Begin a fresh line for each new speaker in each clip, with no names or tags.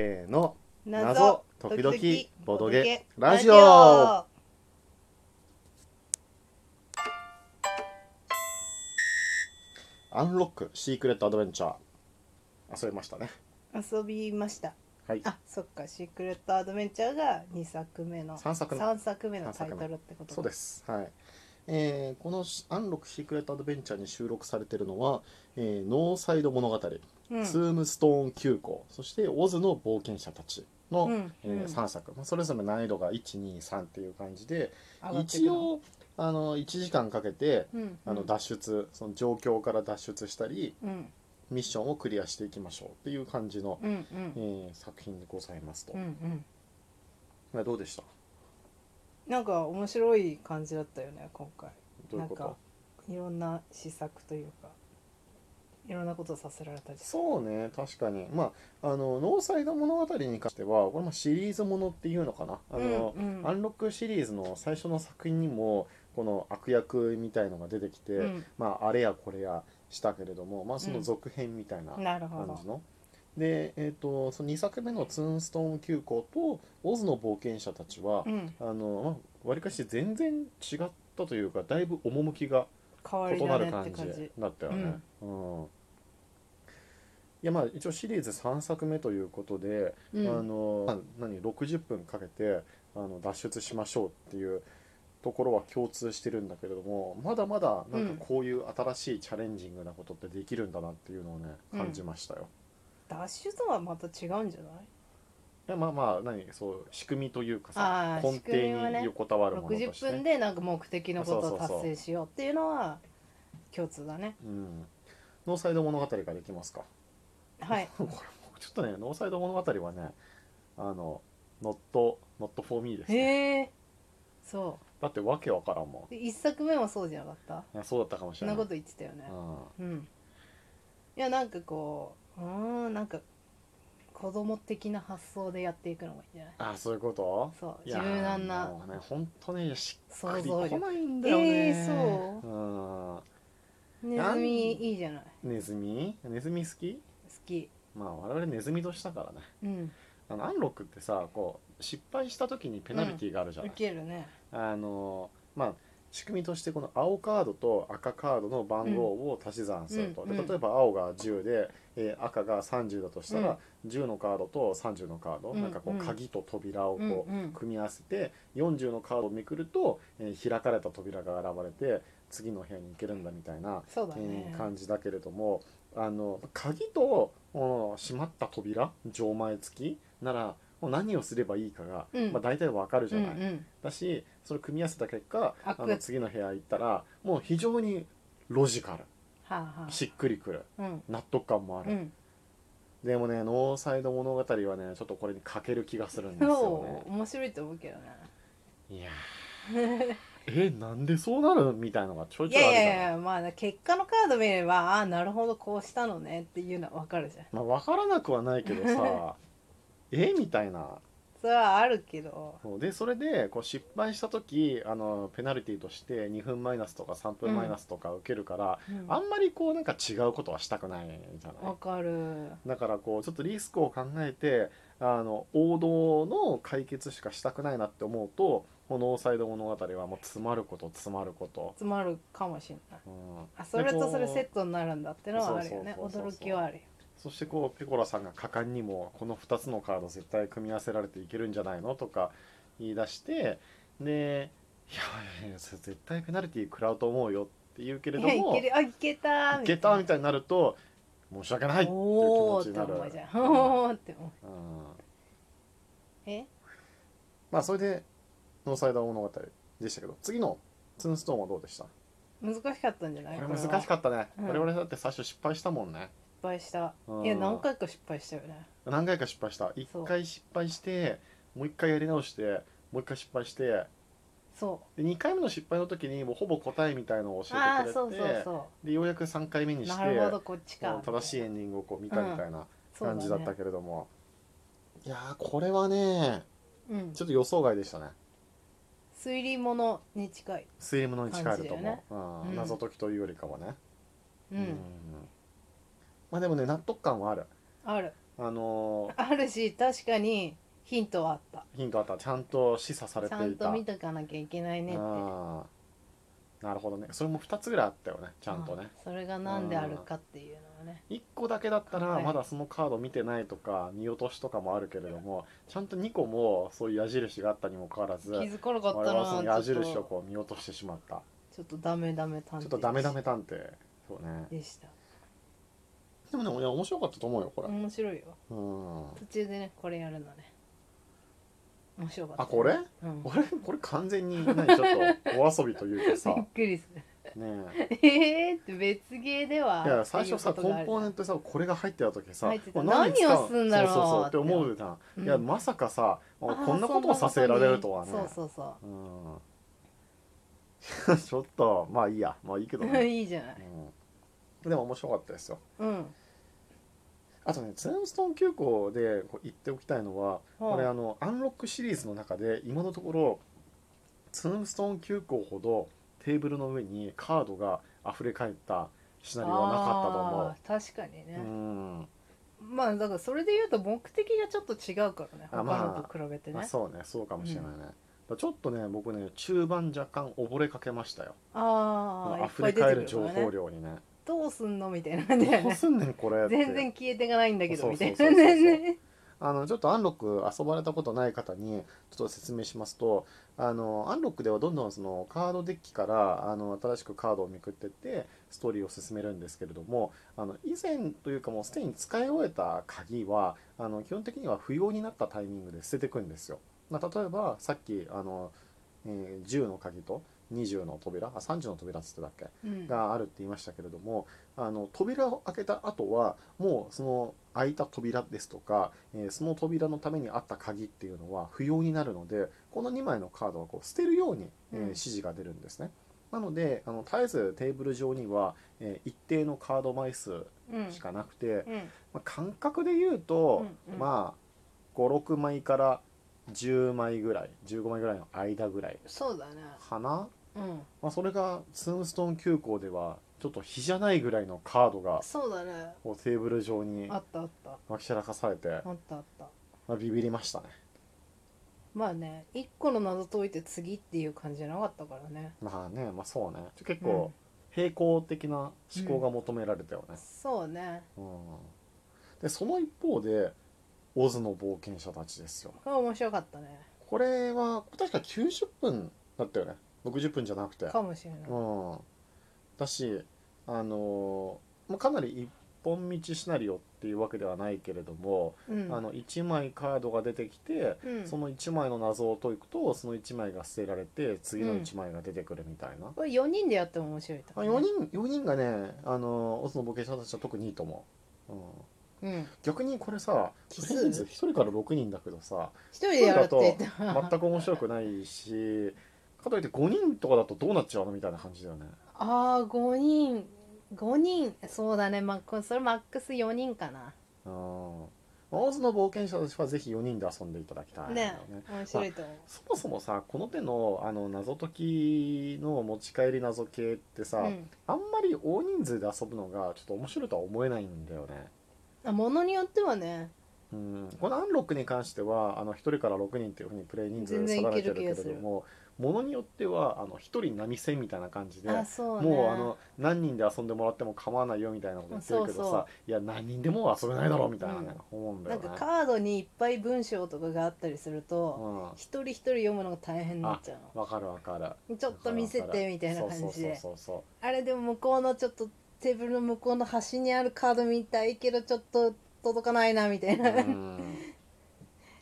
せーの
謎
謎時
時々
々
ボ
ボ
ド
ド
ゲ
ゲ
ラ
ラ
ジ
ジ
オ
オアンロックシークレットアドベンチャー遊びましたね
遊びました
はい
あそっか「シークレット・アドベンチャー」が2作目の
三作目
三作目の
三
タイ
作目
トルってこと
そう
で
ですはいえーこの「アンロックシークレットアドベンチャー」に収録されているのは「えーノーサイド物語」ツ
す
ームストーン急行」そして「オズの冒険者たちの」
うん
えー3作、まあ、それぞれ難易度が123っていう感じで
上がってく
一
の
応あの1時間かけて
うん
あの脱出その状況から脱出したり
うん
ミッションをクリアしていきましょうっていう感じの、
うんうん
えー作品でございますと、
うんうん
まあどうでした
なんか面白い感じだったよね今回
どういうこ
なんか
と
いろんな試作というかいろんなことをさせられたり
そうね確かにまああの「ノーサイド物語」に関してはこれまあシリーズものっていうのかなあの、
うんうん
アンロックシリーズの最初の作品にもこの悪役みたいのが出てきて、
うん
まああれやこれやしたけれどもまあその続編みたいな
なるほ
感
ど
じの。で、えー、とその2作目の「ツーンストーン急行」と「オズの冒険者たちは」
うん
あのまあ割かし全然違ったというかだいぶ趣が
変わり
異
だ
なる
ねって
感
感
じ
じ
だったよね。うんいやまあ一応シリーズ3作目ということで、
うん
あのまあ何60分かけてあの脱出しましょうっていうところは共通してるんだけれどもまだまだなんかこういう新しいチャレンジングなことってできるんだなっていうのをね
うん
感じましたよ。
脱出とはまた違うんじゃない
いやまあまあ何そう仕組みというか
あ
さ
ー
根底に横たわるものとして、ね
60分でなんか目的のことを
そうそう
達
そう
成しようっていうのは共通だね
うん、ノーサイド物語ができますか
はい
これもうちょっとねノーサイド物語はねあのノットノットフォーミーです、ね、
へえそ
だってわけわからんも
うで一作目もそうじゃなかった
んいやそうだったかもし
そ
れな
んないこと言ってたよね
うん、
うんいやなんかこううーんなんか子供的な発想でやっていくのがいいんじゃない
あそういうこと
そう
い
柔
やー
軟な
もうね本当ねしっく
想
り
像
こ
力
ないんだよね、
えー
そう、
ネズミいいじゃない
ん、ネズミネズミ好き
好き
まあ我々ネズミ年だからね
うん
あのアンロックってさこう失敗した時にペナルティーがあるじゃない
ウ、ケるね
あのまあ仕組みとしてこの青カードと赤カードの番号を足し算すると、
うんうん
で例えば青が10で、えー赤が30だとしたら、10のカードと30のカード、
うん
なんかこ
うん
う鍵と扉をこう、
うんうん
組み合わせて40のカードをめくると、えー開かれた扉が現れて次の部屋に行けるんだみたいな、
そうだ
え
ね
ー感じだけれどもあの鍵とお閉まった扉錠前付きならもう何をすればいいかが、
うん
まあ、大体わかるじ
う
ゃ
ん
な
う
い。
ん
だしそれを組み合わせた結果
あ
あ
これ
の次の部屋行ったらもう非常にロジカル
はあは
しっくりくる
あうん
納得感もあ
う
る、
ん
でもね「ノーサイド物語」はねちょっとこれに欠ける気がするんですよ
そ
ね
う面白いと思うけどね
いやーえなんでそうなるみたいのがちょい
い
ちょいあ
や
る
い
じゃん
やいやまあ結果のカード見ればああなるほどこうしたのねっていうのは分かるじゃん
まあ、分からなくはないけどさ えみたいな
それはあるけど
そうでそれでこう失敗した時あのペナルティとして2分マイナスとか3分マイナスとか受けるから、
うん
あんまりこうなんか違うことはしたくないじゃない
分かる
だからこうちょっとリスクを考えてあの王道の解決しかしたくないなって思うとこの「ノーサイド物語」はもう詰まること詰まること、
詰まるかもしれない
うん、
あそれとそれ
でこう
セットになるんだってのはあるよね
そうそうそうそう
驚きはあるよ
そしてこうペコラさんが果敢にもこの2つのカード絶対組み合わせられていけるんじゃないのとか言い出してで「いやいやいやそれ絶対ペナルティ食らうと思うよ」って言うけれど
い やい
も
けるあいけたー
いけた」み
た
たいになると「申し訳ない」っていう気
お
持
お
ち
ーっ
に
て
なる
思うじゃんおおって思う
うん
え
まあそれで「ノーサイダー物語」でしたけど次の「ツンストーン」はどうでしたこ
難しかったんじゃない
れ難しかったね、
うん
我々だって最初失敗したもんね
失敗した
うん
いや何回か失敗したよね
何回か失敗した
そ
1
う
回失敗してもう1回やり直してもう1回失敗して
そ
で2回目の失敗の時にもうほぼ答えみたいのを
う
教
あ
えてく
あーそ
れ
う
て
そうそ
でようやく3回目
う
にして
なるほどこっちか
こう正しいエンディングをこう見たみたいな感じだったけれども、いやーこれはね
ど、うん
ちょっと予想外でしたね
推理物に近い、
スイムのに近いと思
感
う、
じだよね
うん
うん
謎解きというよりかはね
うん
まあでもね納得感はある
ある
あの
あるし確かにヒントはあった
ヒントあったちゃんと示唆され
ち
て
ゃん
い
と
た
見とかなきゃいけないねって
あーなるほどねそれも2つぐらいあったよねちゃんとね
うんそれが何であるかっていうのはね
1個だけだった
は
ら
い
まだそのカード見てないとか見落としとかもあるけれどもちゃんと2個もそういう矢印があったにもかかわら
気
ず
づかなかっ
我
た
々はその矢
なちょっ
印を
と
こう見落としてしまった
ちょっとダメダメ探偵
ちょっとダメダメ探偵そうね
でした
でもねいや面白かったと思うよこれ
面白いよ
うん
途中でねこれやるのね面白かった
あこれ
うん
俺これ完全に何ちょっとお遊びというかさ
びっ
ね
くりする
え
えーって別ゲーではい
や最初さ
っていう
コ
ことがあ
ン
る
ポーネントにさこれが入ってた時さ
入ってた
これに使う
何をすんだろ
そ
う
うそうそうって思うじゃん
うん
いやまさかさこ
あー
んなことをさせられるとはね
そんなことにそうそう
うん ちょっとまあいいやまあいいけど
そう、
ね、
いいじゃない
うん、でも面白かったですよ
うん
あとねツンストーン急行でこう言っておきたいのはこれあ
は
のアンロックシリーズの中で今のところツームストーン急行ほどテーブルの上にカードが溢れ返ったシナリオはなかったと思
あー確かにね
う。う、ん
まあだからそれで言うと目的がちょっと違うからね
あ
他
まあ
のと比べてね、
まあ、
あ
そうねそうかもしれないね、だからちょっとね僕ね中盤若干溺れかけましたよ
あーいっ
溢
ぱ
れ
い出て
返
く
る
るか
情
らね
報量にね
どうすんのみたいな感じだよ
どう
ね
すんねんこれって
全然消えていかないんだけど
そう
み
そ
た
う
い
そうそう
なね
あのちょっとアンロック遊ばれたことない方にちょっと説明しますとあのアンロックではどんどんそのカードデッキからあの新しくカードをめくってってストーリーを進めるんですけれどもあの以前というかもうすでに使い終えた鍵はあの基本的には不要になったタイミングで捨てていくんですよ。まあ、例えばさっきあの、えー10の鍵と20の扉あ30の扉っつってたっけ
うん
があるって言いましたけれどもあの扉を開けた後はもうその開いた扉ですとか、えーその扉のためにあった鍵っていうのは不要になるのでこの2枚のカードはこう捨てるように、えー
うん
指示が出るんですね。なのであの絶えずテーブル上には、えー一定のカード枚数
うん
しかなくて、
うん
まあ、感覚で言うと、
うんうん
まあ56枚から10枚ぐらい15枚ぐらいの間ぐらい
そうだね
かな
うん
まあ、それがツームストーン急行ではちょっと比じゃないぐらいのカードが
そうだね
こうテーブル上に
あったあった
まき散らかされて、
あったあった
まあ、ビビりましたね
まあね一個の謎解いて次っていう感じじゃなかったからね
まあねまあそうね結構平行的な思考が求められたよね、
そうね
うんでその一方でオズの冒険者たちですよ
これ面白かったね
これは確か90分だったよね60分じゃなくて
かもしれない、
うん、だしあのーまあかなり一本道シナリオっていうわけではないけれども、
うん、
あの1枚カードが出てきて、
うん
その1枚の謎を解くとその1枚が捨てられて次の1枚が出てくるみたいな、
これ4人でやっても面白いと
あ4人四人がねあのオスのボケ者たちは特にいいと思う、うん、
うん
逆にこれさ
奇数
人数1人から6人だけどさ
一人でやるって言って
全く面白くないしかといって5人とかだとどうなっちゃうのみたいな感じだよね
ああ5人5人そうだねまあこそれマックス4人かな、
うんまあオズの冒険者たちはぜひ4人で遊んでいただきたいんだよ
ね面白いと思う、
そもそもさこの手のあの謎解きの持ち帰り謎系ってさ、
うん
あんまり大人数で遊ぶのがちょっと面白いとは思えないんだよね。
あものによってはね
うん、このアンロックに関してはあの1人から6人っていうふうにプレイ人数
全然い
定め
ける
てるけれ
気がす
ど
る
もものによってはあの1人波線みたいな感じで
あそうね
もうあの何人で遊んでもらっても構わないよみたいなこと言ってるけどさ
そうそう
いや何人でも遊べないだろうみたいなね、思うんだ
な
よ
ん
ね。
かカードにいっぱい文章とかがあったりする
う
と、
ん
一人一人読むのが大変になっちゃう
わかるわかる。
のちょっと見せてみたいな
そ
感
う
じ
そう
で
そうそう
あれでも向こうのちょっとテーブルの向こうの端にあるカード見たいけどちょっと届かないなみたい
そう。
な、
うん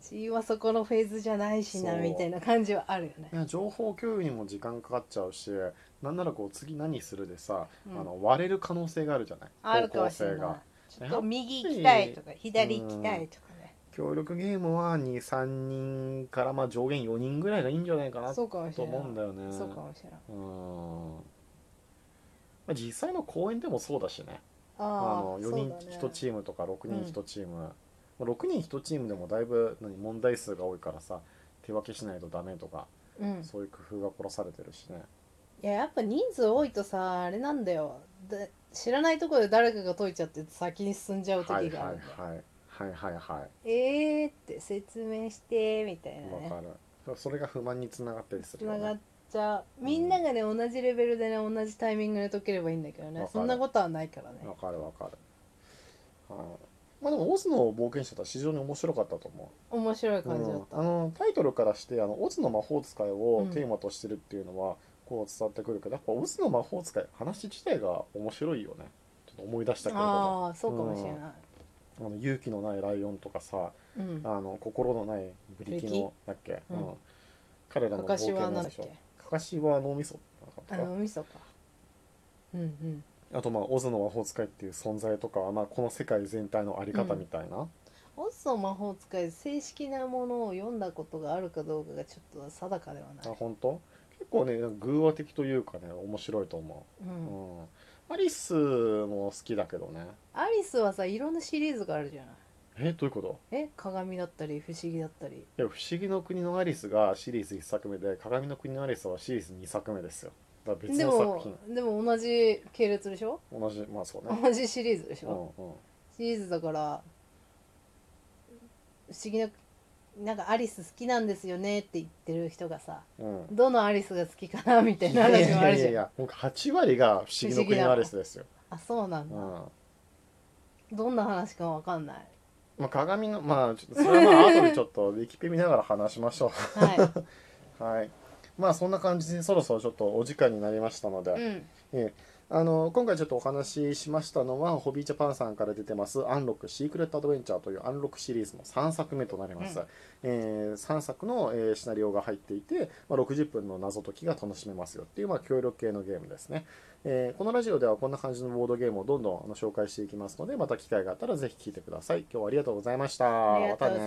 私はそこのフェーズじゃないしな
そう
みたいな感じはあるよね
いや情報共有にも時間かかっちゃうしなんならこう次何するでさ、
うん
あの割れる可能性があるじゃない
あるかもしれないちょっと右行きたいとか左行きたいとかね
協力ゲームは23人からまあ上限4人ぐらいがいいんじゃないかなと
そうかもしれな
思うん
い
だよね
そうかもしれない
うんまあ実際の公演でもそうだしねあ
あ
の
あ
4人1チームとか6人1チーム、まあ6人1チームでもだいぶ何問題数が多いからさ手分けしないとダメとか、
ーム
そういう工夫が凝らされてるしね
いややっぱ人数多いとさあれなんだよで知らないところで誰かが解いちゃって先に進んじゃう時があるんだよ
はいはいはいはいはいは
えーって説明してみたいない
わ
ね
かるそれが不満につながったりす
つ
るよ
ながっ
ね
ちゃうみんながね同じレベルでね同じタイミングで解ければいいんだけど
わ
ね
かる
そんなことはないからね
わかるわかるはいまあでも「オズの冒険者」とは非常に面白かったと思、
面白いう感じ
う
だっ
んあ
た
のタイトルからして「あのオズの魔法使い」をテーマとしてるっていうのは、こう伝わってくるけどやっぱ「オズの魔法使い」話自体が面白いよねちょっと思い出したけれども
ああそうかもしれない
あの勇気のないライオンとかさ
うん
あの心のないブリキ
ブリキ
のだっけ、
うん
彼ら
か
の
かしはなんだっ
でしょ
け
かかしは脳みそ
あ
なのか
の味噌かうんうん
あとまあオズの魔法使いっていう存在とかはまあこの世界全体のあり方みたいな、
オズの魔法使い正式なものを読んだことがあるかどうかがちょっと定かではな
あ
い、
本当結構ねなんか偶話的というかね面白いと思
う、
う、うんんアリスも好きだけどね
アリスはさいろんなシリーズがあるじゃない
えどういうこと
え鏡だったり不思議だったり
いや不思議の国のアリスがシリーズ1作目で鏡の国のアリスはシリーズ2作目ですよだから別
で
の作
も
品
でも同じ系列でしょ
同じまあそうね、
同じシリーズでし
う
ょ、
んうん、
シリーズだから不思議ななんかアリス好きなんですよねって言ってる人がさ
うん
どのアリスが好きかなみたいな話もある
いやいやい
じゃん
や僕8割が不思議の国のアリスですよ、
あそうなん
う
だ、
ん
どんな話かわかんない
まあ、鏡のまあちょっとそれはまあ後でちょっとウィキペ見ながら話しましょ
は
うはいまあそんな感じでそろそろちょっとお時間になりましたので、
い、うん、
あの今回ちょっとお話ししましたのはホビージャパンさんから出てます「アンロックシークレットアドベンチャー」というアンロックシリーズの3作目となります、
うん
え3作の、えーシナリオが入っていて、まあ、60分の謎解きが楽しめますよっていう、まあ、協力系のゲームですね、えーこのラジオではこんな感じのボードゲームをどんどんあの紹介していきますのでまた機会があったらぜひ聞いてください今日はありがとうございました
ありがとうございます
ね